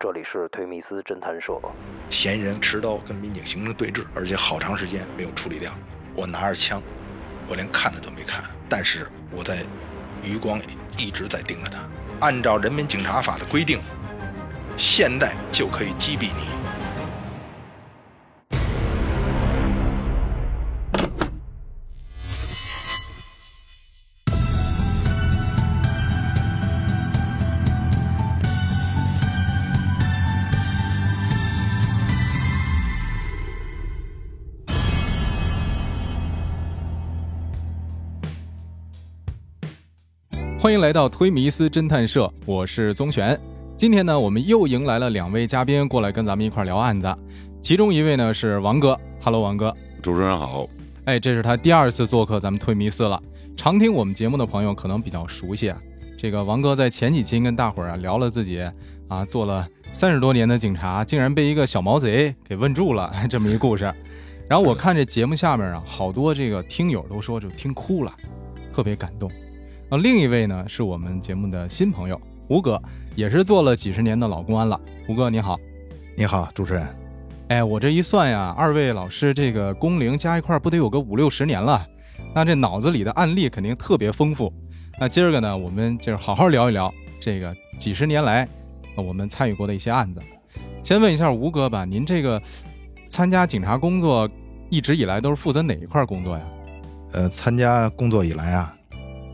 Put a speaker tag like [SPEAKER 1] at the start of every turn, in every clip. [SPEAKER 1] 这里是推密斯侦探社。
[SPEAKER 2] 嫌疑人持刀跟民警形成对峙，而且好长时间没有处理掉。我拿着枪，我连看他都没看，但是我在余光一直在盯着他。按照人民警察法的规定，现在就可以击毙你。
[SPEAKER 3] 欢迎来到推迷斯侦探社，我是宗玄。今天呢，我们又迎来了两位嘉宾过来跟咱们一块儿聊案子，其中一位呢是王哥，Hello，王哥，
[SPEAKER 4] 主持人好，
[SPEAKER 3] 哎，这是他第二次做客咱们推迷斯了。常听我们节目的朋友可能比较熟悉啊，这个王哥在前几期跟大伙儿啊聊了自己啊做了三十多年的警察，竟然被一个小毛贼给问住了 这么一故事。然后我看这节目下面啊，好多这个听友都说就听哭了，特别感动。啊，另一位呢是我们节目的新朋友吴哥，也是做了几十年的老公安了。吴哥你好，
[SPEAKER 2] 你好，主持人。
[SPEAKER 3] 哎，我这一算呀，二位老师这个工龄加一块儿不得有个五六十年了，那这脑子里的案例肯定特别丰富。那今儿个呢，我们就是好好聊一聊这个几十年来呃我们参与过的一些案子。先问一下吴哥吧，您这个参加警察工作一直以来都是负责哪一块儿工作呀？
[SPEAKER 2] 呃，参加工作以来啊，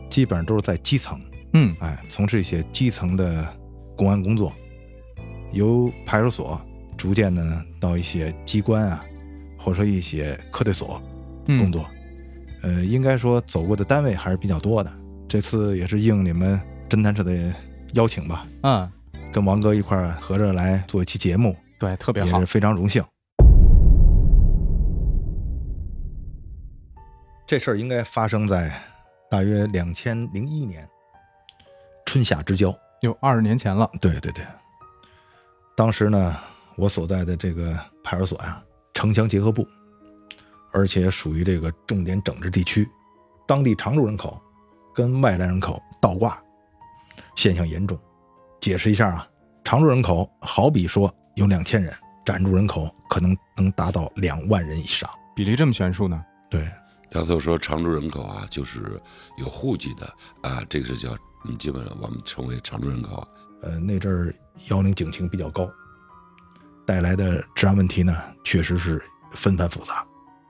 [SPEAKER 2] 基本上都是在基层，
[SPEAKER 3] 嗯
[SPEAKER 2] 哎，从事一些基层的公安工作，由派出所逐渐的呢到一些机关啊，或者说一些科队所
[SPEAKER 3] 嗯
[SPEAKER 2] 工作。呃，应该说走过的单位还是比较多的。这次也是应你们侦探社的邀请吧，
[SPEAKER 3] 嗯，
[SPEAKER 2] 跟王哥一块儿合着来做一期节目，
[SPEAKER 3] 对，特别
[SPEAKER 2] 也
[SPEAKER 3] 好
[SPEAKER 2] 是。非常荣幸。这事儿应该发生在大约两千零一年春夏之交。
[SPEAKER 3] 有二十年前了，
[SPEAKER 2] 对对对，当时呢，我所在的这个派出所呀、城乡结合部，而且属于这个重点整治地区，当地常住人口跟外来人口倒挂，现象严重。解释一下啊，常住人口好比说有两千人，暂住人口可能能达到两万人以上。
[SPEAKER 3] 比例这么悬殊呢？
[SPEAKER 2] 对，
[SPEAKER 4] 他就说常住人口啊，就是有户籍的啊，这个是叫嗯，基本上我们称为常住人口。啊
[SPEAKER 2] 呃，那阵儿幺零警情比较高，带来的治安问题呢，确实是纷繁复杂。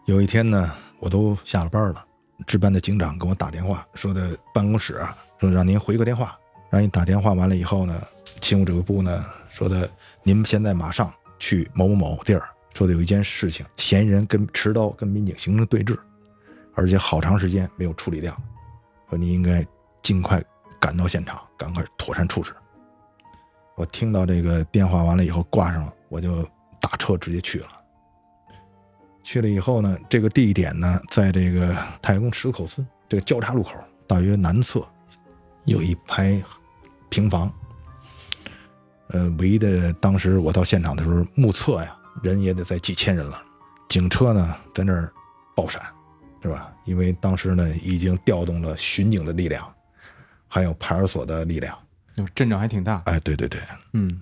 [SPEAKER 2] 有一天呢，我都下了班了，值班的警长给我打电话，说的办公室啊，说让您回个电话，让你打电话完了以后呢，勤务指挥部呢说的，您现在马上去某某某地儿，说的有一件事情，嫌疑人跟持刀跟民警形成对峙，而且好长时间没有处理掉，说您应该尽快赶到现场，赶快妥善处置。我听到这个电话完了以后挂上了，我就打车直接去了。去了以后呢，这个地点呢，在这个太公池口村这个交叉路口，大约南侧有一排平房。呃，围的当时我到现场的时候，目测呀，人也得在几千人了。警车呢，在那儿爆闪，是吧？因为当时呢，已经调动了巡警的力量，还有派出所的力量。
[SPEAKER 3] 有阵仗还挺大。
[SPEAKER 2] 哎，对对对，
[SPEAKER 3] 嗯，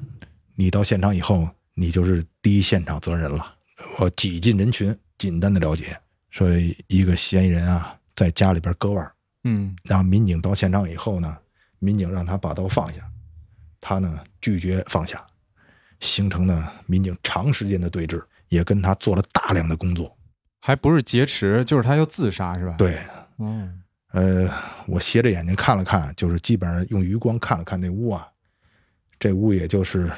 [SPEAKER 2] 你到现场以后，你就是第一现场责任人了。我挤进人群，简单的了解，说一个嫌疑人啊，在家里边割腕儿，
[SPEAKER 3] 嗯，
[SPEAKER 2] 让民警到现场以后呢，民警让他把刀放下，他呢拒绝放下，形成呢民警长时间的对峙，也跟他做了大量的工作。
[SPEAKER 3] 还不是劫持，就是他要自杀是吧？，
[SPEAKER 2] 对，
[SPEAKER 3] 哦，
[SPEAKER 2] 呃，我斜着眼睛看了看，就是基本上用余光看了看那屋啊，这屋也就是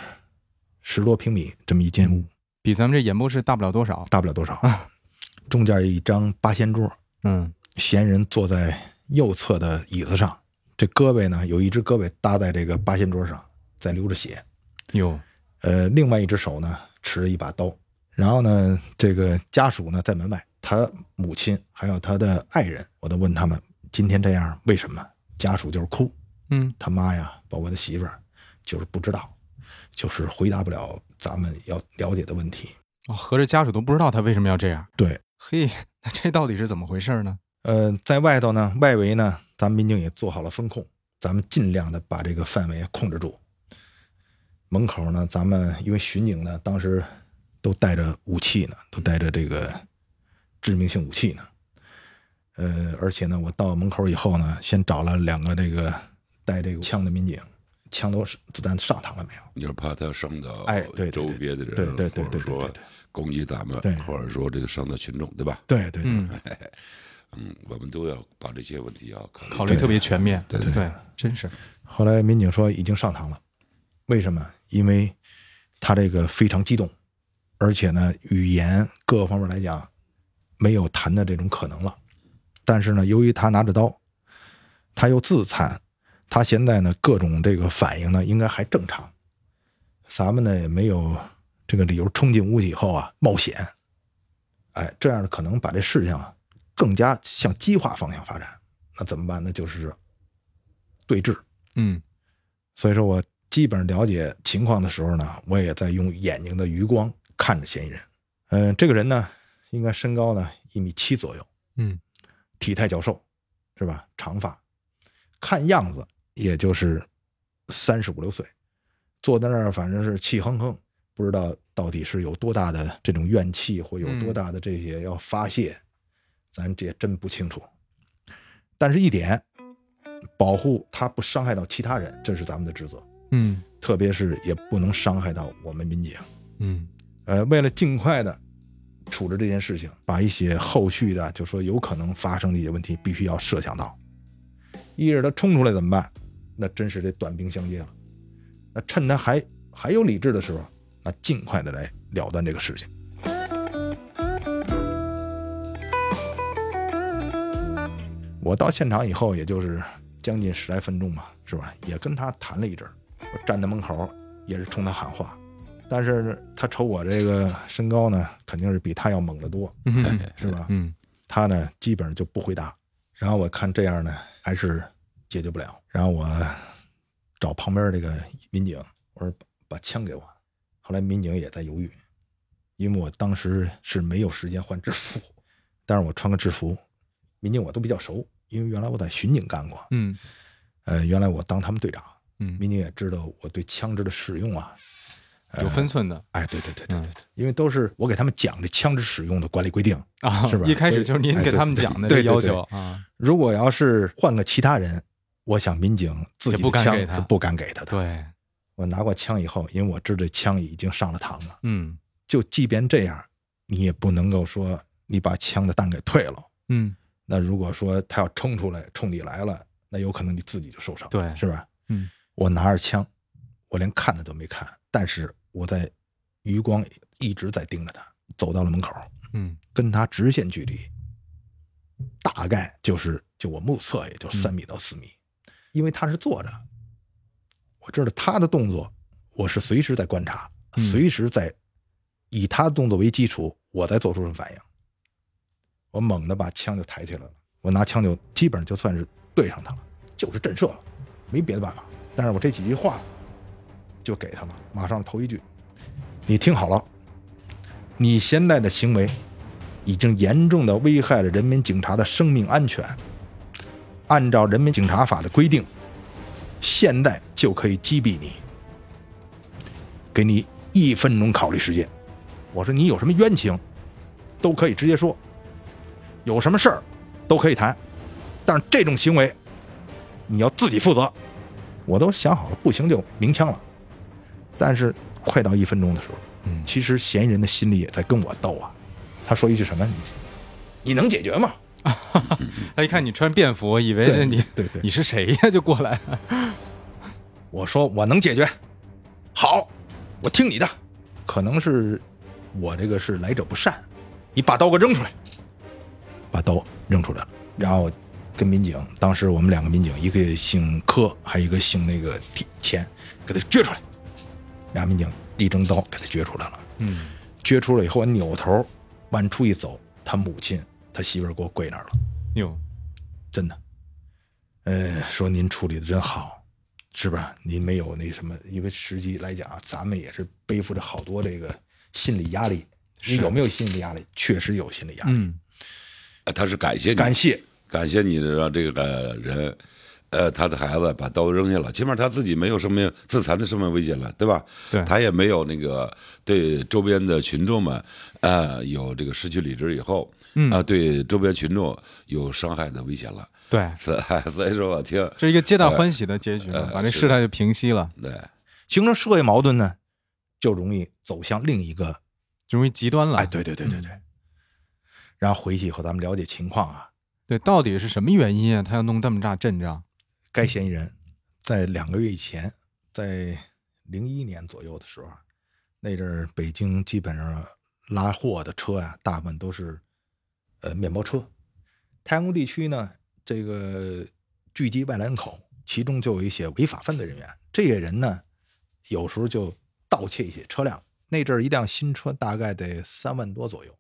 [SPEAKER 2] 十多平米这么一间屋。
[SPEAKER 3] 比咱们这演播室大不了多少。
[SPEAKER 2] 大不了多少。中间一张八仙桌，
[SPEAKER 3] 嗯，
[SPEAKER 2] 嫌疑人坐在右侧的椅子上，这胳膊呢有一只胳膊搭在这个八仙桌上，在流着血。
[SPEAKER 3] 有，
[SPEAKER 2] 呃，另外一只手呢持着一把刀。然后呢，这个家属呢在门外，他母亲还有他的爱人，我都问他们今天这样为什么？家属就是哭，
[SPEAKER 3] 嗯，
[SPEAKER 2] 他妈呀，包括他媳妇儿，就是不知道，就是回答不了咱们要了解的问题。
[SPEAKER 3] 哦合着家属都不知道他为什么要这样。
[SPEAKER 2] 对，
[SPEAKER 3] 嘿，那这到底是怎么回事呢？
[SPEAKER 2] 呃，在外头呢，外围呢，咱们民警也做好了风控，咱们尽量的把这个范围控制住。门口呢，咱们因为巡警呢，当时都带着武器呢，都带着这个致命性武器呢。呃，而且呢，我到门口以后呢，先找了两个这个带这个枪的民警，枪都是子弹上膛了没有？
[SPEAKER 4] 你是怕他伤到
[SPEAKER 2] 哎对对对
[SPEAKER 4] 周边的人，
[SPEAKER 2] 对对对对对
[SPEAKER 4] 或者
[SPEAKER 2] 对
[SPEAKER 4] 说
[SPEAKER 2] 对
[SPEAKER 4] 攻击咱们
[SPEAKER 2] 对，
[SPEAKER 4] 或者说这个伤到群众，对吧？
[SPEAKER 2] 对对对，
[SPEAKER 3] 嗯，
[SPEAKER 4] 嗯，我们都要把这些问题要考虑。
[SPEAKER 3] 考虑特别全面，
[SPEAKER 4] 对
[SPEAKER 3] 对
[SPEAKER 4] 对
[SPEAKER 3] 真是，
[SPEAKER 2] 后来民警说已经上膛了，为什么？因为他这个非常激动，而且呢，语言各个方面来讲没有谈的这种可能了。但是呢，由于他拿着刀，他又自残，他现在呢各种这个反应呢应该还正常。咱们呢也没有这个理由冲进屋去以后啊冒险，哎，这样呢可能把这事情啊更加向激化方向发展。那怎么办呢？就是对峙。
[SPEAKER 3] 嗯
[SPEAKER 2] 所以说我基本上了解情况的时候呢，我也在用眼睛的余光看着嫌疑人。嗯、这个人呢，应该身高呢一米七左右，
[SPEAKER 3] 嗯
[SPEAKER 2] 体态较瘦，是吧？长发，看样子也就是三十五六岁，坐在那儿反正是气哼哼，不知道到底是有多大的这种怨气或有多大的这些要发泄，咱这也真不清楚。但是一点，保护他不伤害到其他人，这是咱们的职责。
[SPEAKER 3] 嗯
[SPEAKER 2] 特别是也不能伤害到我们民警。
[SPEAKER 3] 嗯
[SPEAKER 2] 呃，为了尽快的处置这件事情，把一些后续的，就说有可能发生的一些问题，必须要设想到。一是他冲出来怎么办？那真是得短兵相接了。那趁他还还有理智的时候，那尽快的来了断这个事情。我到现场以后，也就是将近十来分钟吧，是吧？也跟他谈了一阵儿。我站在门口，也是冲他喊话，但是他瞅我这个身高呢，肯定是比他要猛得多，
[SPEAKER 3] 嗯
[SPEAKER 2] 是吧？
[SPEAKER 3] 嗯
[SPEAKER 2] 他呢基本上就不回答。然后我看这样呢还是解决不了，然后我找旁边这个民警，我说把把枪给我。后来民警也在犹豫，因为我当时是没有时间换制服，但是我穿个制服，民警我都比较熟，因为原来我在巡警干过，
[SPEAKER 3] 嗯
[SPEAKER 2] 呃，原来我当他们队长，
[SPEAKER 3] 嗯，
[SPEAKER 2] 民警也知道我对枪支的使用啊，
[SPEAKER 3] 有分寸的
[SPEAKER 2] 哎，对对对对
[SPEAKER 3] 嗯
[SPEAKER 2] 对，因为都是我给他们讲这枪支使用的管理规定。
[SPEAKER 3] 啊，
[SPEAKER 2] 是吧
[SPEAKER 3] 一开始
[SPEAKER 2] 所以
[SPEAKER 3] 就是您
[SPEAKER 2] 哎
[SPEAKER 3] 给
[SPEAKER 2] 对
[SPEAKER 3] 他们
[SPEAKER 2] 对
[SPEAKER 3] 讲的这
[SPEAKER 2] 对对
[SPEAKER 3] 要
[SPEAKER 2] 对
[SPEAKER 3] 求啊，
[SPEAKER 2] 如果要是换个其他人，我想民警自己
[SPEAKER 3] 也不
[SPEAKER 2] 的
[SPEAKER 3] 敢
[SPEAKER 2] 枪
[SPEAKER 3] 给他
[SPEAKER 2] 是不敢给他的。
[SPEAKER 3] 对，
[SPEAKER 2] 我拿过枪以后，因为我知道枪已经上了膛了，
[SPEAKER 3] 嗯
[SPEAKER 2] 就即便这样，你也不能够说你把枪的弹给退了。
[SPEAKER 3] 嗯
[SPEAKER 2] 那如果说他要冲出来，冲你来了，那有可能你自己就受伤，
[SPEAKER 3] 对
[SPEAKER 2] 是吧？
[SPEAKER 3] 嗯，
[SPEAKER 2] 我拿着枪，我连看他都没看，但是我在余光一直在盯着他，走到了门口，
[SPEAKER 3] 嗯
[SPEAKER 2] 跟他直线距离，大概就是就我目测也就三米到四米，因为他是坐着，我知道他的动作，我是随时在观察，
[SPEAKER 3] 嗯
[SPEAKER 2] 随时在以他的动作为基础，我在做出什么反应。我猛地把枪就抬起来了，我拿枪就基本上就算是对上他了，就是震慑了，没别的办法。但是我这几句话就给他了，马上头一句，你听好了，你现在的行为已经严重的危害了人民警察的生命安全。按照人民警察法的规定，现在就可以击毙你。给你一分钟考虑时间。我说你有什么冤情，都可以直接说，有什么事儿都可以谈，但是这种行为你要自己负责。我都想好了，不行就鸣枪了。但是快到一分钟的时候，
[SPEAKER 3] 嗯
[SPEAKER 2] 其实嫌疑人的心里也在跟我斗啊。他说一句什么？你你能解决吗？
[SPEAKER 3] 他哎一看你穿便服，以为这你
[SPEAKER 2] 对对，
[SPEAKER 3] 你是谁呀，就过来了，
[SPEAKER 2] 我说我能解决，好，我听你的。可能是我这个是来者不善，你把刀给我扔出来，把刀扔出来了。然后跟民警，当时我们两个民警，一个姓柯，还有一个姓那个田钱，给他撅出来。俩民警一扔刀给他撅出来了，
[SPEAKER 3] 嗯
[SPEAKER 2] 撅出来以后，我扭头往出一走，他母亲他媳妇儿给我跪那儿了。
[SPEAKER 3] 哟，
[SPEAKER 2] 真的。呃，说您处理的真好，是吧？您没有那什么，因为实际来讲啊，咱们也是背负着好多这个心理压力。你
[SPEAKER 3] 是
[SPEAKER 2] 有没有心理压力？确实有心理压力。
[SPEAKER 3] 嗯
[SPEAKER 4] 呃啊他是感谢你，
[SPEAKER 2] 感谢，
[SPEAKER 4] 感谢你让这个人呃，他的孩子把刀扔下了，起码他自己没有生命自残的生命危险了，对吧？
[SPEAKER 2] 哎
[SPEAKER 3] 对
[SPEAKER 2] 呃
[SPEAKER 4] 他也没有那个对周边的群众们，呃，有这个失去理智以后，
[SPEAKER 3] 嗯
[SPEAKER 4] 啊、对周边群众有伤害的危险了。
[SPEAKER 3] 对，
[SPEAKER 4] 所以所以说我听，
[SPEAKER 3] 这是一个皆大欢喜的结局嘛，
[SPEAKER 4] 呃
[SPEAKER 3] 把这
[SPEAKER 4] 是
[SPEAKER 3] 事态就平息了，
[SPEAKER 4] 对，
[SPEAKER 2] 形成社会矛盾呢，就容易走向另一个
[SPEAKER 3] 就容易极端了。
[SPEAKER 2] 哎，对对对对对。然后回去以后，咱们了解情况啊，
[SPEAKER 3] 对，到底是什么原因啊？他要弄这么大阵仗？
[SPEAKER 2] 该嫌疑人在两个月以前，在零一年左右的时候啊，那阵儿北京基本上拉货的车啊，大部分都是呃面包车。太阳宫地区呢，这个聚集外来人口，其中就有一些违法犯罪人员。这些人呢，有时候就盗窃一些车辆。那阵儿一辆新车大概得三万多左右，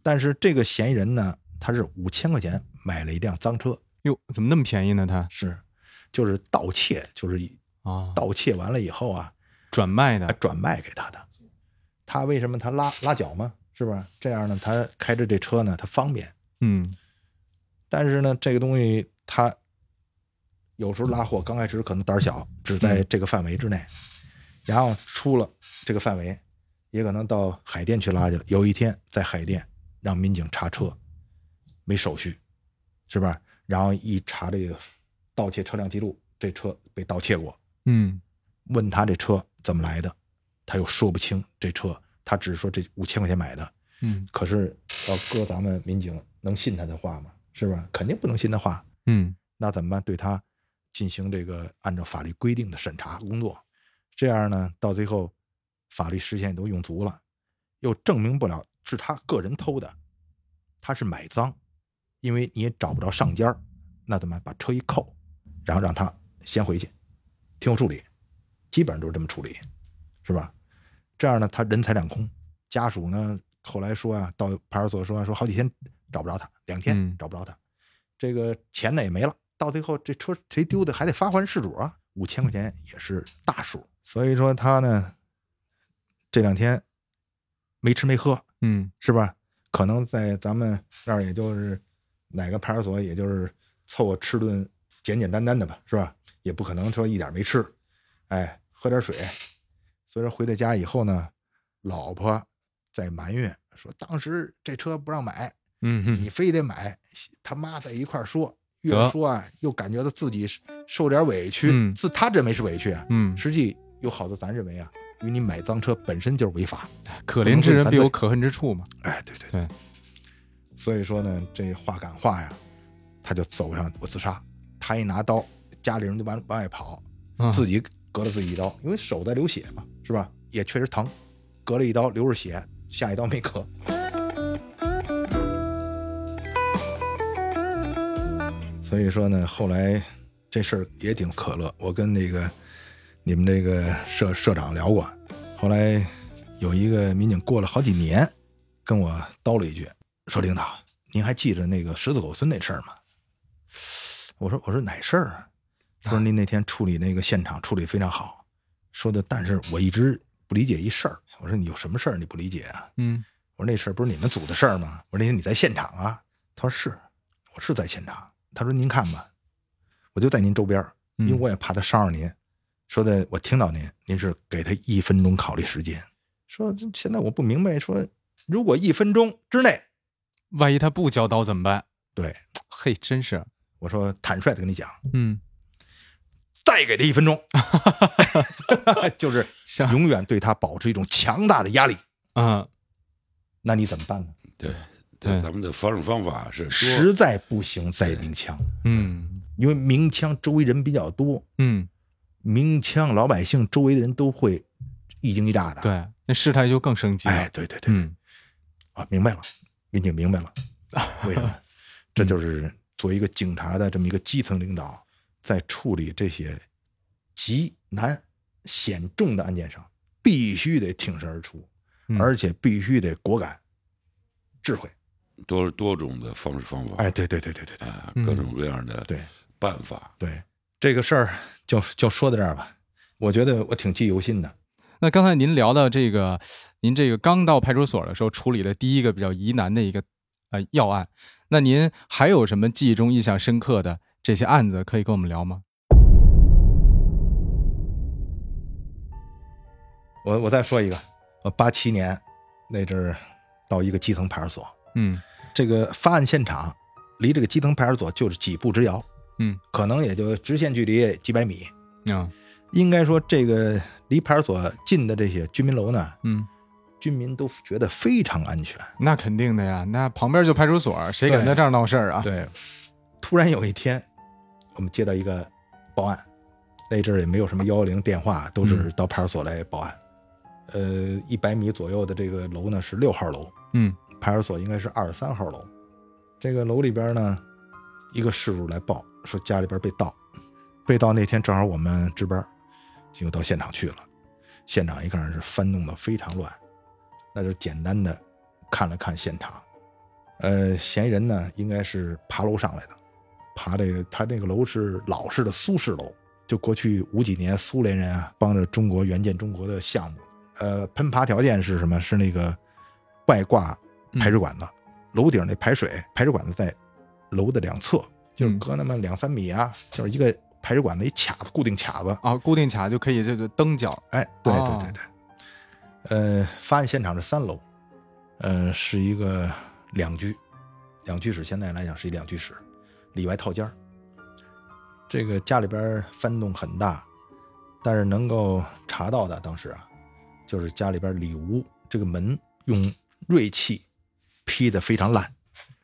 [SPEAKER 2] 但是这个嫌疑人呢，他是五千块钱买了一辆脏车，
[SPEAKER 3] 哟，怎么那么便宜呢？他
[SPEAKER 2] 是，就是盗窃，就是以
[SPEAKER 3] 啊，
[SPEAKER 2] 盗窃完了以后啊，
[SPEAKER 3] 转卖
[SPEAKER 2] 还
[SPEAKER 3] 的，
[SPEAKER 2] 转卖给他的。他为什么他拉拉脚嘛，是不是？这样呢，他开着这车呢，他方便。
[SPEAKER 3] 嗯，
[SPEAKER 2] 但是呢，这个东西他有时候拉货，刚开始可能胆儿小，只在这个范围之内，然后出了这个范围，也可能到海淀去拉去了。有一天在海淀让民警查车，没手续，是吧？然后一查这个盗窃车辆记录，这车被盗窃过，
[SPEAKER 3] 嗯，
[SPEAKER 2] 问他这车怎么来的，他又说不清这车，他只是说这五千块钱买的。
[SPEAKER 3] 嗯，
[SPEAKER 2] 可是要搁咱们民警能信他的话吗？是吧？肯定不能信他话。
[SPEAKER 3] 嗯，
[SPEAKER 2] 那怎么办？对他进行这个按照法律规定的审查工作。这样呢，到最后法律时限都用足了，又证明不了是他个人偷的，他是买赃，因为你也找不着上家儿那怎么办？把车一扣，然后让他先回去，听我处理，基本上都是这么处理，是吧？这样呢，他人财两空。家属呢，后来说啊，到派出所说啊、说好几天找不着他，两天
[SPEAKER 3] 嗯
[SPEAKER 2] 找不着他，这个钱呢也没了，到最后这车谁丢的还得发还事主啊，五千块钱也是大数，所以说他呢这两天没吃没喝，
[SPEAKER 3] 嗯，
[SPEAKER 2] 是吧？可能在咱们那儿，也就是哪个派出所，也就是凑合吃顿简简单单的吧，是吧？也不可能说一点没吃，哎，喝点水。所以说回到家以后呢，老婆在埋怨说，当时这车不让买，
[SPEAKER 3] 嗯
[SPEAKER 2] 你
[SPEAKER 3] 哼，
[SPEAKER 2] 非得买，他妈在一块儿说，越
[SPEAKER 3] 得
[SPEAKER 2] 说啊，又感觉到自己受点委屈，
[SPEAKER 3] 嗯
[SPEAKER 2] 自他认为是委屈啊，
[SPEAKER 3] 嗯，
[SPEAKER 2] 实际有好多咱认为啊，与你买脏车本身就是违法。
[SPEAKER 3] 可怜之人必有可恨之处嘛。
[SPEAKER 2] 哎，对对
[SPEAKER 3] 对。
[SPEAKER 2] 所以说呢，这话赶话呀，他就走上我自杀。他一拿刀，家里人就往往外跑，
[SPEAKER 3] 啊，
[SPEAKER 2] 自己割了自己一刀，因为手在流血嘛，是吧？也确实疼，割了一刀流着血，下一刀没割。 所以说呢，后来这事儿也挺可乐。我跟那个你们这个社社长聊过，后来有一个民警过了好几年，跟我叨了一句，说：“领导，您还记着那个十字狗村那事儿吗？”我说：“我说哪事儿啊？”他说：“您那天处理那个现场处理非常好，说的，但是我一直不理解一事儿。”我说：“你有什么事儿你不理解啊？”
[SPEAKER 3] 嗯，
[SPEAKER 2] 我说那事儿不是你们组的事儿吗？我说那天你在现场啊？他说是，我是在现场。他说您看吧，我就在您周边儿，因为
[SPEAKER 3] 嗯
[SPEAKER 2] 我也怕他伤着您。说的我听到您，您是给他一分钟考虑时间。说这现在我不明白，说如果一分钟之内，
[SPEAKER 3] 万一他不交刀怎么办？
[SPEAKER 2] 对
[SPEAKER 3] 嘿，真是，
[SPEAKER 2] 我说坦率的跟你讲，
[SPEAKER 3] 嗯，
[SPEAKER 2] 再给他一分钟， 就是
[SPEAKER 3] 像，
[SPEAKER 2] 永远对他保持一种强大的压力。
[SPEAKER 3] 嗯，
[SPEAKER 2] 那你怎么办呢？
[SPEAKER 4] 对
[SPEAKER 3] 对
[SPEAKER 4] 咱们的方式方法是多
[SPEAKER 2] 实在不行再鸣枪，
[SPEAKER 3] 嗯，
[SPEAKER 2] 因为鸣枪周围人比较多，
[SPEAKER 3] 嗯，
[SPEAKER 2] 鸣枪，老百姓周围的人都会一惊一乍的。，
[SPEAKER 3] 对，那事态就更升级
[SPEAKER 2] 哎
[SPEAKER 3] 了，。
[SPEAKER 2] 对对对，
[SPEAKER 3] 嗯，
[SPEAKER 2] 啊，明白了，民警明白 了，为什么？这
[SPEAKER 3] 嗯
[SPEAKER 2] 就是作为一个警察的这么一个基层领导，在处理这些极难险重的案件上，必须得挺身而出，
[SPEAKER 3] 嗯
[SPEAKER 2] 而且必须得果敢、智慧。
[SPEAKER 4] 多多种的方式方法，
[SPEAKER 2] 哎，对对对对对对
[SPEAKER 4] 啊，
[SPEAKER 3] 嗯
[SPEAKER 4] 各种各样的
[SPEAKER 2] 对
[SPEAKER 4] 办法。
[SPEAKER 2] 对，这个事儿就就说到这儿吧。我觉得我挺记忆犹新的。
[SPEAKER 3] 那刚才您聊到这个，您这个刚到派出所的时候处理的第一个比较疑难的一个呃要案，那您还有什么记忆中印象深刻的这些案子可以跟我们聊吗？
[SPEAKER 2] 我我再说一个，我八七年那阵儿到一个基层派出所，
[SPEAKER 3] 嗯
[SPEAKER 2] 这个发案现场离这个基层派出所就是几步之遥，
[SPEAKER 3] 嗯
[SPEAKER 2] 可能也就直线距离几百米。
[SPEAKER 3] 啊
[SPEAKER 2] 应该说，这个离派出所近的这些居民楼呢，
[SPEAKER 3] 嗯，
[SPEAKER 2] 居民都觉得非常安全。
[SPEAKER 3] 那肯定的呀，那旁边就派出所，谁敢在这儿闹事儿啊？
[SPEAKER 2] 对，突然有一天，我们接到一个报案，那阵儿也没有什么幺幺零电话，都是
[SPEAKER 3] 嗯
[SPEAKER 2] 到派出所来报案。呃，一百米左右的这个楼呢是六号楼，
[SPEAKER 3] 嗯
[SPEAKER 2] 派出所应该是二十三号楼。这个楼里边呢，一个事主来报说家里边被盗，被盗那天正好我们值班，结果到现场去了。现场一看是翻弄的非常乱，那就简单的看了看现场。呃，嫌疑人呢应该是爬楼上来的，爬这个他那个楼是老式的苏式楼，就过去五几年苏联人啊帮着中国援建中国的项目。呃，攀爬条件是什么？是那个外挂排水管子，楼顶那排水排水管子在楼的两侧，就是
[SPEAKER 3] 嗯
[SPEAKER 2] 隔那么两三米啊，就是一个排水管子一卡子固定卡子。
[SPEAKER 3] 啊，固定卡就可以这个蹬脚，
[SPEAKER 2] 哎，对对
[SPEAKER 3] 哦
[SPEAKER 2] 对对，呃，发案现场是三楼，呃，是一个两居，两居室现在来讲是一两居室，里外套间儿。这个家里边儿翻动很大，但是能够查到的当时啊，就是家里边儿里屋这个门用锐器劈得非常烂，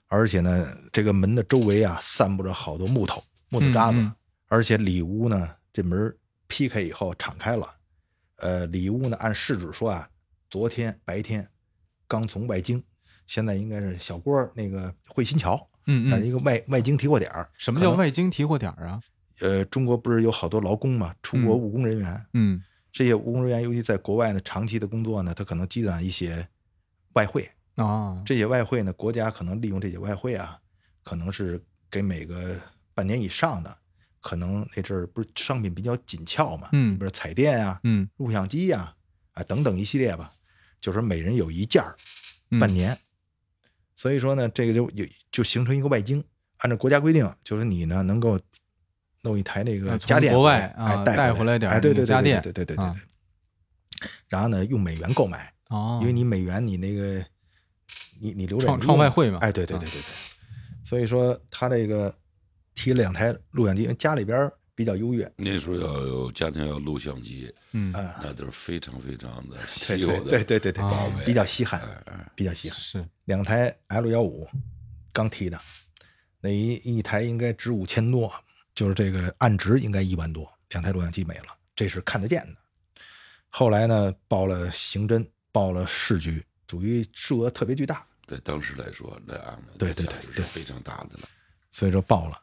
[SPEAKER 2] 而且呢，这个门的周围啊散布着好多木头、木头渣子，
[SPEAKER 3] 嗯嗯
[SPEAKER 2] 而且里屋呢这门儿劈开以后敞开了，呃，里屋呢按市址说啊，昨天白天刚从外京，现在应该是小郭儿那个汇新桥，
[SPEAKER 3] 嗯
[SPEAKER 2] 那是
[SPEAKER 3] 嗯，
[SPEAKER 2] 呃一个外外经提货点儿。
[SPEAKER 3] 什么叫
[SPEAKER 2] 可能？
[SPEAKER 3] 外经提货点儿啊？
[SPEAKER 2] 呃，中国不是有好多劳工嘛，出国
[SPEAKER 3] 嗯
[SPEAKER 2] 务工人员，
[SPEAKER 3] 嗯
[SPEAKER 2] 这些务工人员尤其在国外呢长期的工作呢，他可能积攒一些外汇，
[SPEAKER 3] 啊，
[SPEAKER 2] 这些外汇呢，国家可能利用这些外汇啊，可能是给每个半年以上的，可能那阵儿不是商品比较紧俏嘛，
[SPEAKER 3] 嗯
[SPEAKER 2] 比如彩电啊、
[SPEAKER 3] 嗯
[SPEAKER 2] 录像机呀、啊、等等一系列吧，就是每人有一件儿，
[SPEAKER 3] 嗯
[SPEAKER 2] 半年。所以说呢，这个就有就形成一个外经，按照国家规定，就是你呢能够弄一台那
[SPEAKER 3] 哎
[SPEAKER 2] 个
[SPEAKER 3] 从
[SPEAKER 2] 家电
[SPEAKER 3] 国
[SPEAKER 2] 回
[SPEAKER 3] 外
[SPEAKER 2] 来
[SPEAKER 3] 啊
[SPEAKER 2] 哎
[SPEAKER 3] 带
[SPEAKER 2] 带
[SPEAKER 3] 回来点儿
[SPEAKER 2] 哎对
[SPEAKER 3] 那
[SPEAKER 2] 对
[SPEAKER 3] 个家
[SPEAKER 2] 对
[SPEAKER 3] 电
[SPEAKER 2] 对对对对对
[SPEAKER 3] 啊
[SPEAKER 2] 对然后呢用美元购买，
[SPEAKER 3] 哦，
[SPEAKER 2] 因为你美元你那个你你留着也
[SPEAKER 3] 创
[SPEAKER 2] 没
[SPEAKER 3] 创
[SPEAKER 2] 用
[SPEAKER 3] 外汇嘛
[SPEAKER 2] 哎，对对
[SPEAKER 3] 啊
[SPEAKER 2] 对对对，所以说他这个提了两台录像机，因为家里边儿比较优越，
[SPEAKER 4] 那时候要有家庭要录像机，
[SPEAKER 3] 嗯
[SPEAKER 2] 啊，
[SPEAKER 4] 那都是非常非常的
[SPEAKER 2] 对
[SPEAKER 4] 稀有
[SPEAKER 2] 对
[SPEAKER 4] 的
[SPEAKER 2] 对对对对
[SPEAKER 3] 宝
[SPEAKER 4] 贝
[SPEAKER 2] 对，比较稀罕，
[SPEAKER 4] 哎哎
[SPEAKER 2] 比较稀罕，
[SPEAKER 3] 是
[SPEAKER 2] 两台 L 幺五刚提的，那一一台应该值五千多，就是这个按值应该一万多，两台录像机没了，这是看得见的。后来呢，报了刑侦，报了市局，属于数额特别巨大，
[SPEAKER 4] 在当时来说，那案子
[SPEAKER 2] 对对
[SPEAKER 4] 价值
[SPEAKER 2] 对
[SPEAKER 4] 是
[SPEAKER 2] 对
[SPEAKER 4] 非常大的了。
[SPEAKER 2] 所以说报了，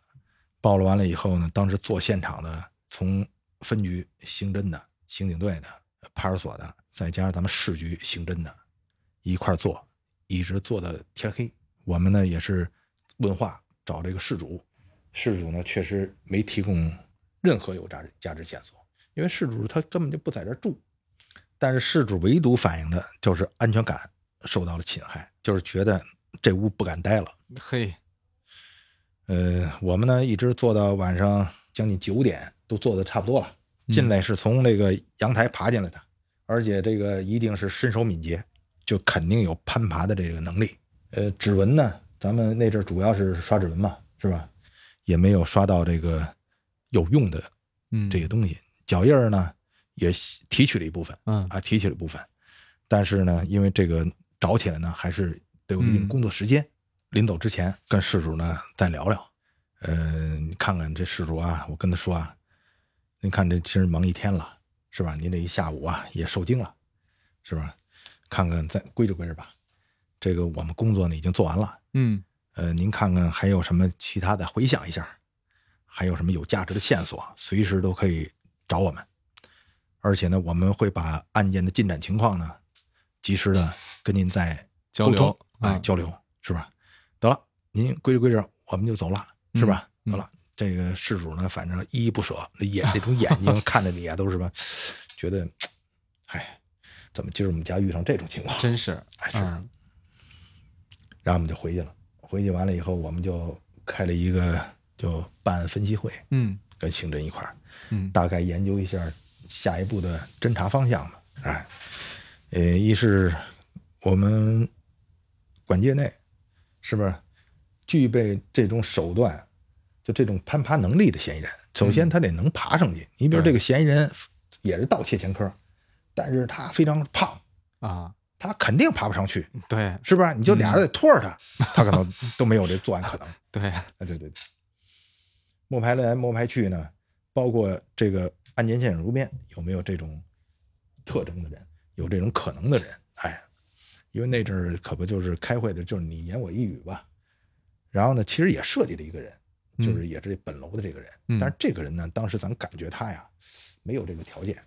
[SPEAKER 2] 报了完了以后呢，当时做现场的，从分局刑侦的、刑警队的、派出所的，再加上咱们市局刑侦的，一块儿做，一直做到天黑。我们呢也是问话找这个事主，事主呢确实没提供任何有价值价值线索，因为事主他根本就不在这儿住。但是事主唯独反映的就是安全感受到了侵害，就是觉得这屋不敢待了。
[SPEAKER 3] 嘿，
[SPEAKER 2] 呃，我们呢一直做到晚上将近九点，都做的差不多了。
[SPEAKER 3] 嗯
[SPEAKER 2] 进来是从这个阳台爬进来的，而且这个一定是身手敏捷，就肯定有攀爬的这个能力。呃，指纹呢，咱们那阵儿主要是刷指纹嘛，是吧？也没有刷到这个有用的
[SPEAKER 3] 嗯
[SPEAKER 2] 这个东西。脚印儿呢，也提取了一部分
[SPEAKER 3] 嗯
[SPEAKER 2] 啊，提取了一部分。但是呢，因为这个找起来呢，还是得有一定
[SPEAKER 3] 嗯
[SPEAKER 2] 工作时间。临走之前跟事主呢再聊聊，呃，你看看这事主啊，我跟他说啊，您看这今儿忙一天了，是吧？您这一下午啊也受惊了，是吧？看看再归置归置吧。这个我们工作呢已经做完了，
[SPEAKER 3] 嗯
[SPEAKER 2] 呃，您看看还有什么其他的，回想一下，还有什么有价值的线索，随时都可以找我们。而且呢，我们会把案件的进展情况呢，及时的跟您再
[SPEAKER 3] 交
[SPEAKER 2] 沟
[SPEAKER 3] 流
[SPEAKER 2] 通
[SPEAKER 3] 啊
[SPEAKER 2] 哎，交流是吧？得了，您归置归置，我们就走了，是吧？
[SPEAKER 3] 嗯嗯
[SPEAKER 2] 得了，这个事主呢，反正依依不舍，那眼那种眼 睛看着你啊，都是吧，觉得，哎，怎么今儿我们家遇上这种情况？
[SPEAKER 3] 真是
[SPEAKER 2] 哎是
[SPEAKER 3] 嗯
[SPEAKER 2] 然后我们就回去了。回去完了以后，我们就开了一个就办案分析会，
[SPEAKER 3] 嗯
[SPEAKER 2] 跟刑侦一块儿，
[SPEAKER 3] 嗯
[SPEAKER 2] 大概研究一下下一步的侦查方向吧。哎，呃，一是我们管界内是不是具备这种手段，就这种攀爬能力的嫌疑人？首先，他得能爬上去。你比如
[SPEAKER 3] 对
[SPEAKER 2] 这个嫌疑人也是盗窃前科，但是他非常胖，
[SPEAKER 3] 啊，
[SPEAKER 2] 他肯定爬不上去，
[SPEAKER 3] 对
[SPEAKER 2] 是不是？你就俩
[SPEAKER 3] 嗯
[SPEAKER 2] 人得拖着他，他可能都没有这作案可能。
[SPEAKER 3] 对，
[SPEAKER 2] 啊，对对对，摸排来摸排去呢，包括这个案件现场周边有没有这种特征的人，有这种可能的人，哎，因为那阵儿可不就是开会的，就是你言我一语吧。然后呢，其实也设计了一个人，就
[SPEAKER 3] 嗯
[SPEAKER 2] 是也是本楼的这个人，
[SPEAKER 3] 嗯
[SPEAKER 2] 但是这个人呢，当时咱感觉他呀没有这个条件，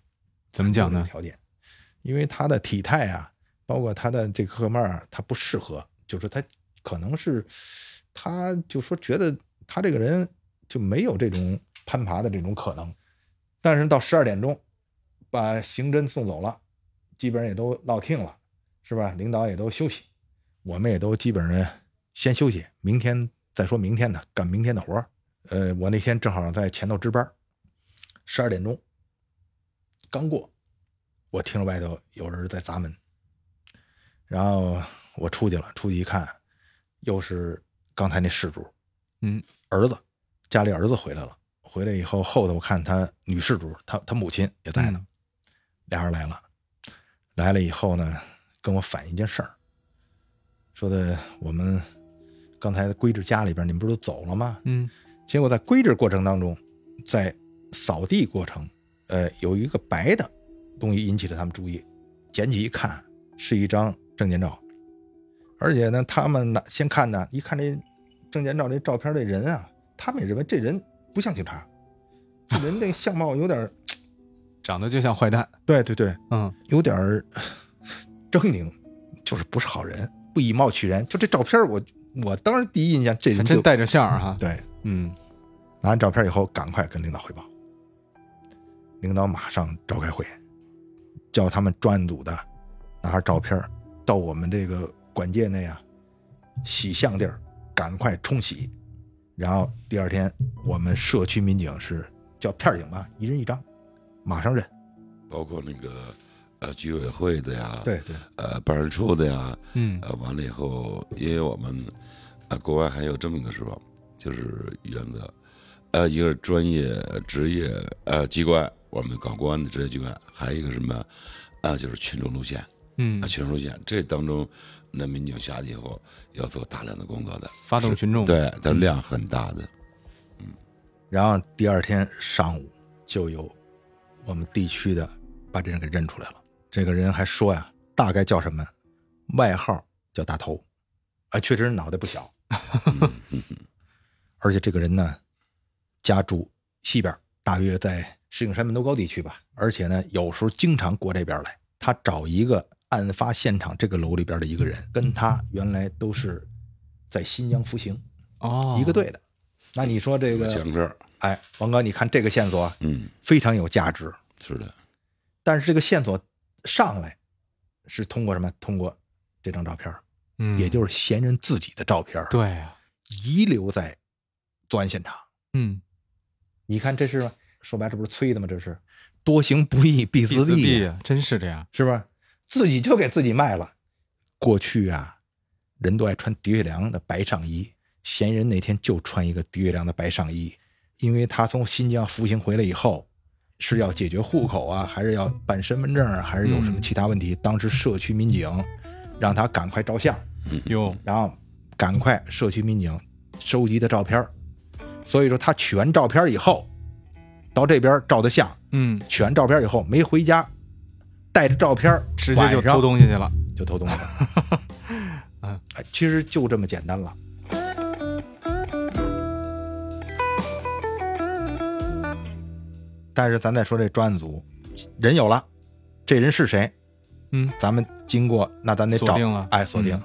[SPEAKER 3] 怎么讲
[SPEAKER 2] 没有这
[SPEAKER 3] 呢
[SPEAKER 2] 个？条件，因为他的体态啊，包括他的这个各方面儿，他不适合，就是他可能是他就说觉得他这个人就没有这种攀爬的这种可能。但是到十二点钟，把刑侦送走了，基本上也都落听了，是吧？领导也都休息，我们也都基本上先休息，明天再说明天的，干明天的活儿。呃，我那天正好在前头值班，十二点钟刚过，我听着外头有人在砸门，然后我出去了，出去一看，又是刚才那事主，
[SPEAKER 3] 嗯，
[SPEAKER 2] 儿子，家里儿子回来了，回来以后后头我看他女事主，他他母亲也在呢，
[SPEAKER 3] 嗯
[SPEAKER 2] 俩人来了，来了以后呢，跟我反映一件事儿，说的我们刚才归置家里边，你们不是都走了吗？
[SPEAKER 3] 嗯
[SPEAKER 2] 结果在归置过程当中，在扫地过程，呃，有一个白的东西引起了他们注意，捡起一看是一张证件照，而且呢，他们呢先看呢，一看这证件照这照片这人啊，他们也认为这人不像警察，这人这相貌有点 儿，
[SPEAKER 3] 长得就像坏蛋，
[SPEAKER 2] 对对对，
[SPEAKER 3] 嗯
[SPEAKER 2] 有点儿呃狰狞，就是不是好人，不以貌取人。就这照片儿我，我当时第一印象这
[SPEAKER 3] 嗯还
[SPEAKER 2] 人就
[SPEAKER 3] 真带着相儿哈，
[SPEAKER 2] 对，
[SPEAKER 3] 嗯
[SPEAKER 2] 拿完照片以后，赶快跟领导汇报。领导马上召开会，叫他们专案组的拿着照片儿到我们这个管界内啊洗相地儿赶快冲洗。然后第二天，我们社区民警是叫片儿警吧，一人一张，马上认。
[SPEAKER 4] 包括那个呃居委会的呀，，
[SPEAKER 2] 对，
[SPEAKER 4] 呃办事处的呀，
[SPEAKER 3] 嗯
[SPEAKER 4] 呃完了以后，因为我们啊、呃国外还有这么一个说法，就是原则，呃一个是专业职业呃机关，我们搞公安的职业机关，还有一个什么啊、就是群众路线
[SPEAKER 3] 嗯
[SPEAKER 4] 啊，，群众路线这当中，那民警下去以后要做大量的工作的，
[SPEAKER 3] 发动
[SPEAKER 2] 嗯
[SPEAKER 3] 群众，
[SPEAKER 4] 对，它量很大的。
[SPEAKER 2] 然后第二天上午就有我们地区的把这人给认出来了。这个人还说呀，大概叫什么，外号叫大头，啊，确实脑袋不小，
[SPEAKER 4] 嗯嗯嗯
[SPEAKER 2] 而且这个人呢，家住西边，大约在石景山门头沟地区吧，而且呢，有时候经常过这边来。他找一个案发现场这个楼里边的一个人，跟他原来都是在新疆服刑、
[SPEAKER 3] 哦，
[SPEAKER 2] 一个队的。那你说这
[SPEAKER 4] 有
[SPEAKER 2] 个，
[SPEAKER 4] 相声，
[SPEAKER 2] 哎，王哥，你看这个线索啊
[SPEAKER 4] 嗯，
[SPEAKER 2] 非常有价值。
[SPEAKER 4] 是的，
[SPEAKER 2] 但是这个线索上来是通过什么？通过这张照片儿，
[SPEAKER 3] 嗯，
[SPEAKER 2] 也就是嫌疑人自己的照片儿，
[SPEAKER 3] 对啊，
[SPEAKER 2] 遗留在作案现场。
[SPEAKER 3] 嗯，
[SPEAKER 2] 你看这是说白，这不是催的吗？这是多行不义必
[SPEAKER 3] 必
[SPEAKER 2] 自
[SPEAKER 3] 自
[SPEAKER 2] 毙
[SPEAKER 3] 毙
[SPEAKER 2] 呀，
[SPEAKER 3] 啊，真是这样，
[SPEAKER 2] 是吧？自己就给自己卖了。过去啊，人都爱穿的确良的白上衣，嫌疑人那天就穿一个的确良的白上衣，因为他从新疆服刑回来以后，是要解决户口啊，还是要办身份证啊，还是有什么
[SPEAKER 3] 嗯
[SPEAKER 2] 其他问题？当时社区民警让他赶快照相，
[SPEAKER 3] 哟，
[SPEAKER 2] 然后赶快社区民警收集的照片儿。所以说他取完照片儿以后，到这边儿照的相，
[SPEAKER 3] 嗯，
[SPEAKER 2] 取完照片以后没回家，带着照片儿
[SPEAKER 3] 直接就
[SPEAKER 2] 晚上
[SPEAKER 3] 偷东西去了，
[SPEAKER 2] 就偷东西了。 嗯，其实就这么简单了。但是咱再说这专案组，人有了，这人是谁？
[SPEAKER 3] 嗯，
[SPEAKER 2] 咱们经过那咱得
[SPEAKER 3] 锁
[SPEAKER 2] 找，
[SPEAKER 3] 定了嗯
[SPEAKER 2] 哎，锁定了，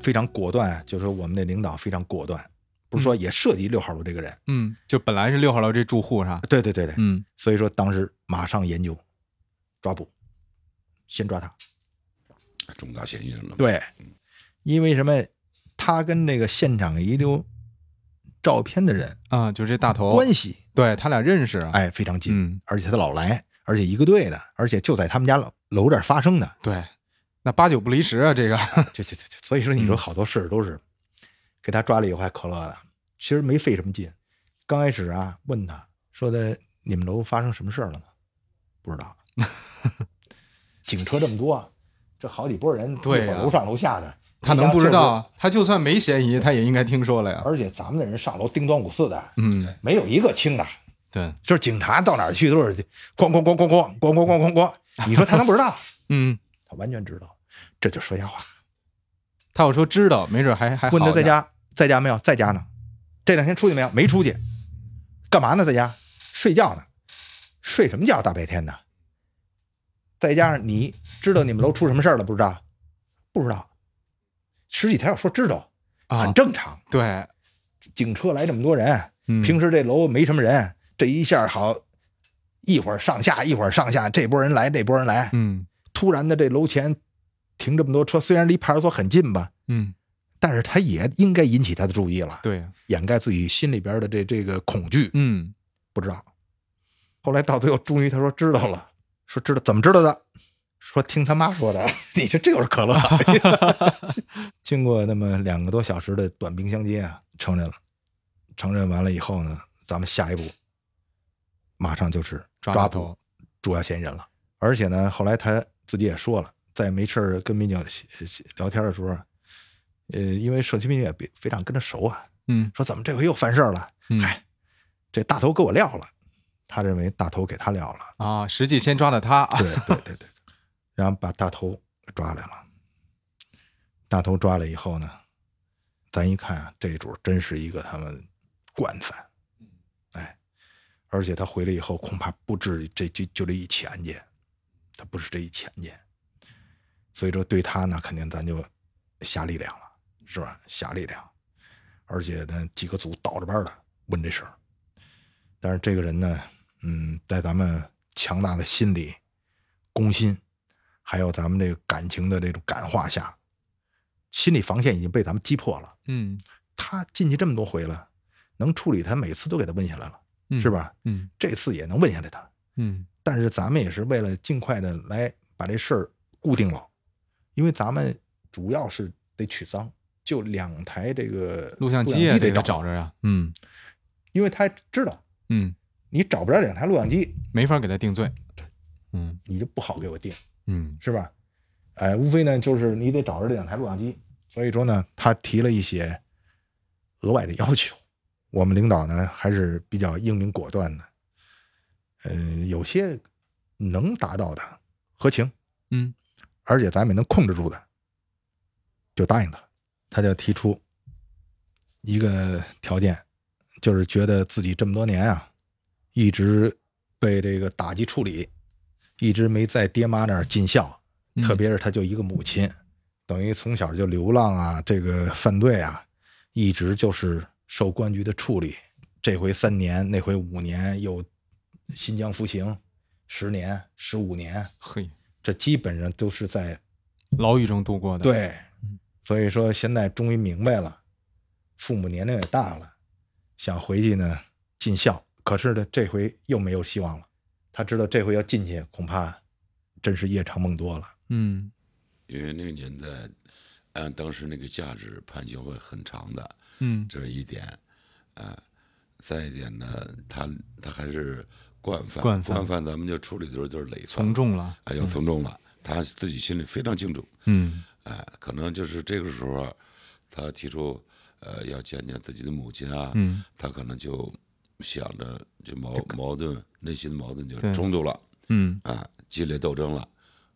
[SPEAKER 2] 非常果断，啊就是我们那领导非常果断，不是说也涉及六号楼这个人，
[SPEAKER 3] 嗯，就本来是六号楼这住户是吧？
[SPEAKER 2] 对对对对，
[SPEAKER 3] 嗯，
[SPEAKER 2] 所以说当时马上研究抓捕，先抓他。
[SPEAKER 4] 重大嫌疑人了。，
[SPEAKER 2] 对，因为什么？他跟那个现场遗留照片的人
[SPEAKER 3] 啊，就这大头，
[SPEAKER 2] 关系
[SPEAKER 3] 对他俩认识啊，
[SPEAKER 2] 哎非常近，
[SPEAKER 3] 嗯
[SPEAKER 2] 而且他老来，而且一个队的，而且就在他们家楼楼这儿发生的，
[SPEAKER 3] 对，那八九不离十啊，这个
[SPEAKER 2] 这这这，这所以说
[SPEAKER 3] 嗯
[SPEAKER 2] 你说好多事儿都是给他抓了以后还可乐的，其实没费什么劲。刚开始啊，问他说的你们楼发生什么事儿了吗？不知 道。警车这么多，这好几拨人，
[SPEAKER 3] 对
[SPEAKER 2] 一会儿
[SPEAKER 3] 呀
[SPEAKER 2] 楼上楼下的，
[SPEAKER 3] 他
[SPEAKER 2] 你
[SPEAKER 3] 能
[SPEAKER 2] 像
[SPEAKER 3] 不知
[SPEAKER 2] 这时候？
[SPEAKER 3] 道？他就算没嫌疑，他也应该听说了呀。
[SPEAKER 2] 而且咱们的人上楼叮咣五四的，
[SPEAKER 3] 嗯，
[SPEAKER 2] 没有一个轻的，
[SPEAKER 3] 对，
[SPEAKER 2] 就是警察到哪儿去都是咣咣咣咣咣咣咣咣咣咣，你说他能不知道？
[SPEAKER 3] 嗯，
[SPEAKER 2] 他完全知道，这就说瞎话。
[SPEAKER 3] 他要说知道，没准还还
[SPEAKER 2] 问他
[SPEAKER 3] 好
[SPEAKER 2] 在
[SPEAKER 3] 点儿，
[SPEAKER 2] 家在家没有，在家呢。这两天出去没有？没出去，干嘛呢？在家睡觉呢，睡什么觉？大白天的。再加上你知道你们楼出什么事儿了不知道？不知道。实际他要说知道，
[SPEAKER 3] 啊
[SPEAKER 2] 很，正常。
[SPEAKER 3] 对，
[SPEAKER 2] 警车来这么多人，
[SPEAKER 3] 嗯，
[SPEAKER 2] 平时这楼没什么人，这一下好，一会儿上下，一会儿上下，这波人来，这波人来。
[SPEAKER 3] 嗯
[SPEAKER 2] 突然的，这楼前停这么多车，虽然离派出所很近吧，
[SPEAKER 3] 嗯，
[SPEAKER 2] 但是他也应该引起他的注意了。
[SPEAKER 3] 对，
[SPEAKER 2] 掩盖自己心里边的这这个恐惧，
[SPEAKER 3] 嗯
[SPEAKER 2] 不知道。后来到最后，终于他说知道了，说知道怎么知道的，说听他妈说 的。你说这又是可乐？ 经过那么两个多小时的短兵相接啊，承认了。承认完了以后呢，咱们下一步马上就是
[SPEAKER 3] 抓
[SPEAKER 2] 抓
[SPEAKER 3] 到
[SPEAKER 2] 捕
[SPEAKER 3] 头
[SPEAKER 2] 主要嫌疑人了。而且呢，后来他自己也说了，在没事儿跟民警聊天的时候，呃，因为社区民警也比非常跟他熟啊，
[SPEAKER 3] 嗯
[SPEAKER 2] 说怎么这回又犯事儿了？
[SPEAKER 3] 嗯
[SPEAKER 2] 嗨，这大头给我撂了，他认为大头给他撂了，
[SPEAKER 3] 啊，实际先抓的他，
[SPEAKER 2] 对对对对，然后把大头抓来了。大头抓了以后呢，咱一看啊，这主真是一个他们惯犯，哎，而且他回来以后恐怕不止这就就这一起案件，他不是这一起案件，所以说对他那肯定咱就下力量了，是吧？下力量，而且呢，几个组倒着班的问这事儿，但是这个人呢，嗯，在咱们强大的心理、攻心，还有咱们这个感情的这种感化下，心理防线已经被咱们击破了。
[SPEAKER 3] 嗯
[SPEAKER 2] 他进去这么多回了，能处理他，每次都给他问下来了，
[SPEAKER 3] 嗯，
[SPEAKER 2] 是？吧？
[SPEAKER 3] 嗯
[SPEAKER 2] 这次也能问下来他。
[SPEAKER 3] 嗯
[SPEAKER 2] 但是咱们也是为了尽快的来把这事儿固定了，因为咱们主要是得取赃，就两台这个
[SPEAKER 3] 录像机也
[SPEAKER 2] 也
[SPEAKER 3] 得
[SPEAKER 2] 找，
[SPEAKER 3] 找着呀，嗯
[SPEAKER 2] 因为他知道
[SPEAKER 3] 嗯，
[SPEAKER 2] 你找不着两台录像机，
[SPEAKER 3] 没法给他定罪，嗯
[SPEAKER 2] 你就不好给我定，
[SPEAKER 3] 嗯
[SPEAKER 2] 是吧？哎，无非呢就是你得找着这两台录像机。所以说呢，他提了一些额外的要求，我们领导呢还是比较英明果断的，嗯、有些能达到的合情，
[SPEAKER 3] 嗯
[SPEAKER 2] 而且咱们也能控制住的，就答应他。他就提出一个条件，就是觉得自己这么多年啊，一直被这个打击处理，一直没在爹妈那儿尽孝，
[SPEAKER 3] 嗯
[SPEAKER 2] 特别是他就一个母亲，等于从小就流浪啊，这个犯罪啊，一直就是受公安局的处理。这回三年，那回五年，又新疆服刑十年、十五年，
[SPEAKER 3] 嘿，
[SPEAKER 2] 这基本上都是在
[SPEAKER 3] 牢狱中度过的，，
[SPEAKER 2] 对，所以说现在终于明白了，父母年龄也大了，想回去呢尽孝，可是呢这回又没有希望了。他知道这回要进去，恐怕真是夜长梦多了。
[SPEAKER 3] 嗯
[SPEAKER 4] 因为那个年代，按当时那个价值判刑会很长的，
[SPEAKER 3] 嗯
[SPEAKER 4] 这是一点，啊、再一点呢，他他还是惯犯，
[SPEAKER 3] 惯犯
[SPEAKER 4] 咱们就处理的时候就是累犯，
[SPEAKER 3] 从嗯重了，
[SPEAKER 4] 啊，要从重了，他自己心里非常清楚，
[SPEAKER 3] 嗯
[SPEAKER 4] 哎、可能就是这个时候啊，他提出，呃，要见见自己的母亲啊，
[SPEAKER 3] 嗯
[SPEAKER 4] 他可能就想着这矛矛盾，内心的矛盾就
[SPEAKER 3] 对
[SPEAKER 4] 冲突了，
[SPEAKER 3] 嗯
[SPEAKER 4] 啊、激烈斗争了，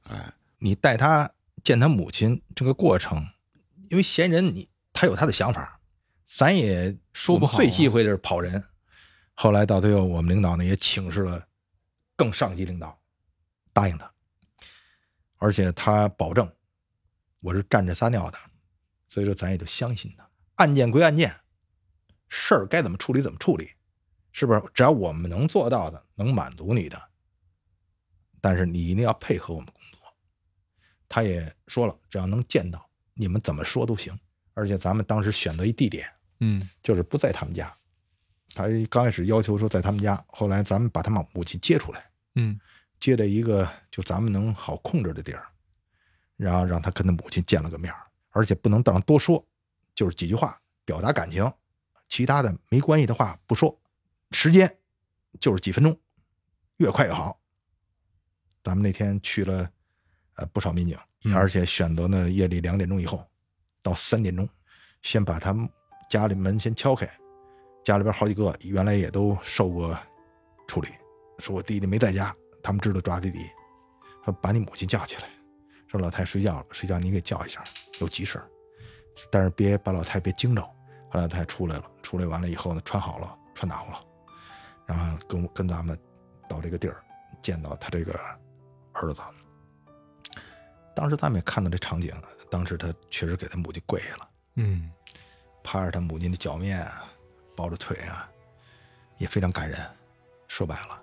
[SPEAKER 4] 哎、
[SPEAKER 2] 你带他见他母亲这个过程，因为嫌疑人你他有他的想法，咱也
[SPEAKER 3] 说不好啊
[SPEAKER 2] 我们最忌讳的是跑人。后来到最后，我们领导呢也请示了更上级领导，答应他，而且他保证我是站着撒尿的，所以说咱也就相信他。案件归案件，事儿该怎么处理怎么处理，是不是？只要我们能做到的，能满足你的，但是你一定要配合我们工作。他也说了，只要能见到，你们怎么说都行。而且咱们当时选择一地点，
[SPEAKER 3] 嗯
[SPEAKER 2] 就是不在他们家。他刚开始要求说在他们家，后来咱们把他母亲接出来，
[SPEAKER 3] 嗯
[SPEAKER 2] 接待一个就咱们能好控制的地儿，然后让他跟他母亲见了个面儿，而且不能当多说，就是几句话表达感情，其他的没关系的话不说，时间就是几分钟，越快越好。咱们那天去了呃不少民警，
[SPEAKER 3] 嗯
[SPEAKER 2] 而且选择呢夜里两点钟以后到三点钟，先把他们家里门先敲开，家里边好几个原来也都受过处理，说我弟弟没在家，他们知道抓弟弟，说把你母亲叫起来，说老太睡觉了，睡觉你给叫一下，有急事儿，但是别把老太别惊着。后来老太出来了，出来完了以后呢，穿好了，穿暖和了，然后跟我跟咱们到这个地儿见到他这个儿子。当时咱们也看到这场景，当时他确实给他母亲跪下了。
[SPEAKER 3] 嗯
[SPEAKER 2] 趴着他母亲的脚面啊，抱着腿啊，也非常感人。说白了，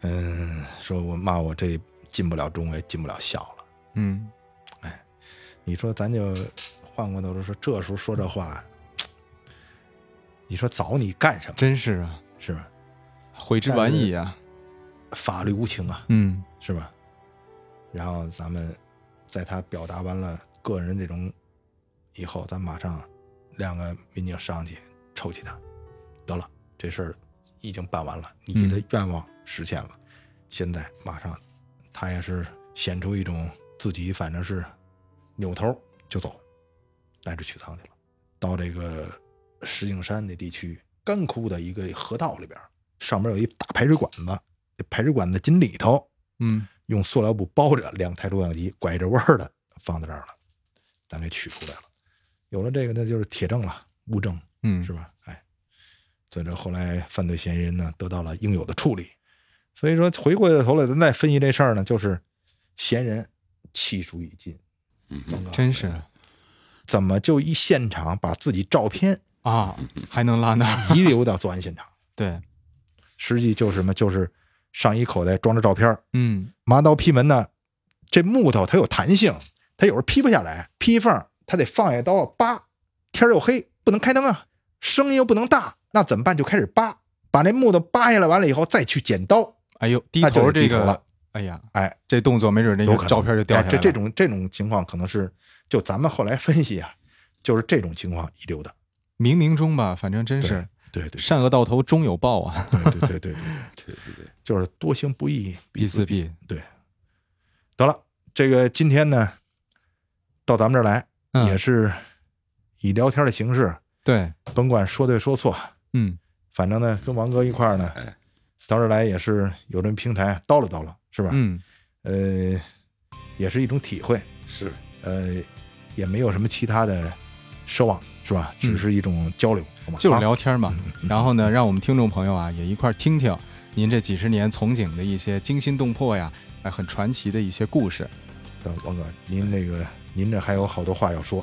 [SPEAKER 2] 嗯，说我骂我这进不了中，也进不了校了。
[SPEAKER 3] 嗯，
[SPEAKER 2] 你说咱就换过头来说，这时候说这话，你说找你干什么？
[SPEAKER 3] 真是啊，
[SPEAKER 2] 是吧？
[SPEAKER 3] 悔之晚矣啊。
[SPEAKER 2] 法律无情啊，
[SPEAKER 3] 嗯
[SPEAKER 2] 是吧？然后咱们在他表达完了个人这种以后，咱马上两个民警上去抽起他，得了，这事儿已经办完了，你的愿望实现了，现在马上，他也是显出一种自己反正是扭头就走，带着取藏去了，到这个石景山那地区干枯的一个河道里边儿，上面有一大排水管子，这排水管子井里头
[SPEAKER 3] 嗯
[SPEAKER 2] 用塑料布包着两台录像机，拐着弯儿的放在这儿了，咱给取出来了。有了这个，那就是铁证了，物证
[SPEAKER 3] 嗯，
[SPEAKER 2] 是吧？哎，所以这后来犯罪嫌疑人呢得到了应有的处理。所以说，回过头来咱再分析这事儿呢，就是嫌疑人气数已尽，
[SPEAKER 4] 嗯哼，
[SPEAKER 3] 真是啊
[SPEAKER 2] 怎么就一现场把自己照片
[SPEAKER 3] 啊，还能拉 那儿？
[SPEAKER 2] 遗留到作案现场？
[SPEAKER 3] 对，
[SPEAKER 2] 实际就是什么？就是上衣口袋装着照片儿，
[SPEAKER 3] 嗯
[SPEAKER 2] 麻刀劈门呢，这木头它有弹性，它有时候劈不下来，劈一缝儿它得放下刀扒。天儿又黑，不能开灯啊，声音又不能大，那怎么办？就开始扒，把那木头扒下来，完了以后再去剪刀。
[SPEAKER 3] 哎呦，低
[SPEAKER 2] 那就
[SPEAKER 3] 头
[SPEAKER 2] 得
[SPEAKER 3] 这
[SPEAKER 2] 低头
[SPEAKER 3] 个
[SPEAKER 2] 了，
[SPEAKER 3] 哎呀，
[SPEAKER 2] 哎，
[SPEAKER 3] 这动作没准那
[SPEAKER 2] 有可
[SPEAKER 3] 个
[SPEAKER 2] 能
[SPEAKER 3] 照片就掉下
[SPEAKER 2] 哎
[SPEAKER 3] 来
[SPEAKER 2] 这
[SPEAKER 3] 了。
[SPEAKER 2] 这种这种情况可能是就咱们后来分析啊，就是这种情况遗留的。
[SPEAKER 3] 冥冥中吧，反正真是
[SPEAKER 2] 对对
[SPEAKER 3] 善恶到头终有报啊，
[SPEAKER 2] 对对对对对，对
[SPEAKER 4] 对对对，
[SPEAKER 2] 就是多行不义
[SPEAKER 3] 必
[SPEAKER 2] 自
[SPEAKER 3] 自毙。
[SPEAKER 2] 得了，这个今天呢，到咱们这儿来、也
[SPEAKER 3] 嗯，
[SPEAKER 2] 是以聊天的形式，
[SPEAKER 3] 对，
[SPEAKER 2] 甭管说对说错，
[SPEAKER 3] 嗯，
[SPEAKER 2] 反正呢，跟王哥一块儿呢
[SPEAKER 4] 哎，
[SPEAKER 2] 到这儿来也是有这平台叨了叨了，是吧？
[SPEAKER 3] 嗯，
[SPEAKER 2] 呃，也是一种体会，
[SPEAKER 4] 是
[SPEAKER 2] 呃，也没有什么其他的奢望，是吧？只是一种交流，好吗？
[SPEAKER 3] 嗯就是
[SPEAKER 2] 啊，
[SPEAKER 3] 聊天嘛。然后呢，让我们听众朋友啊也一块儿听听您这几十年从警的一些惊心动魄呀，哎，很传奇的一些故事。
[SPEAKER 2] 等王哥，您那个您这还有好多话要说，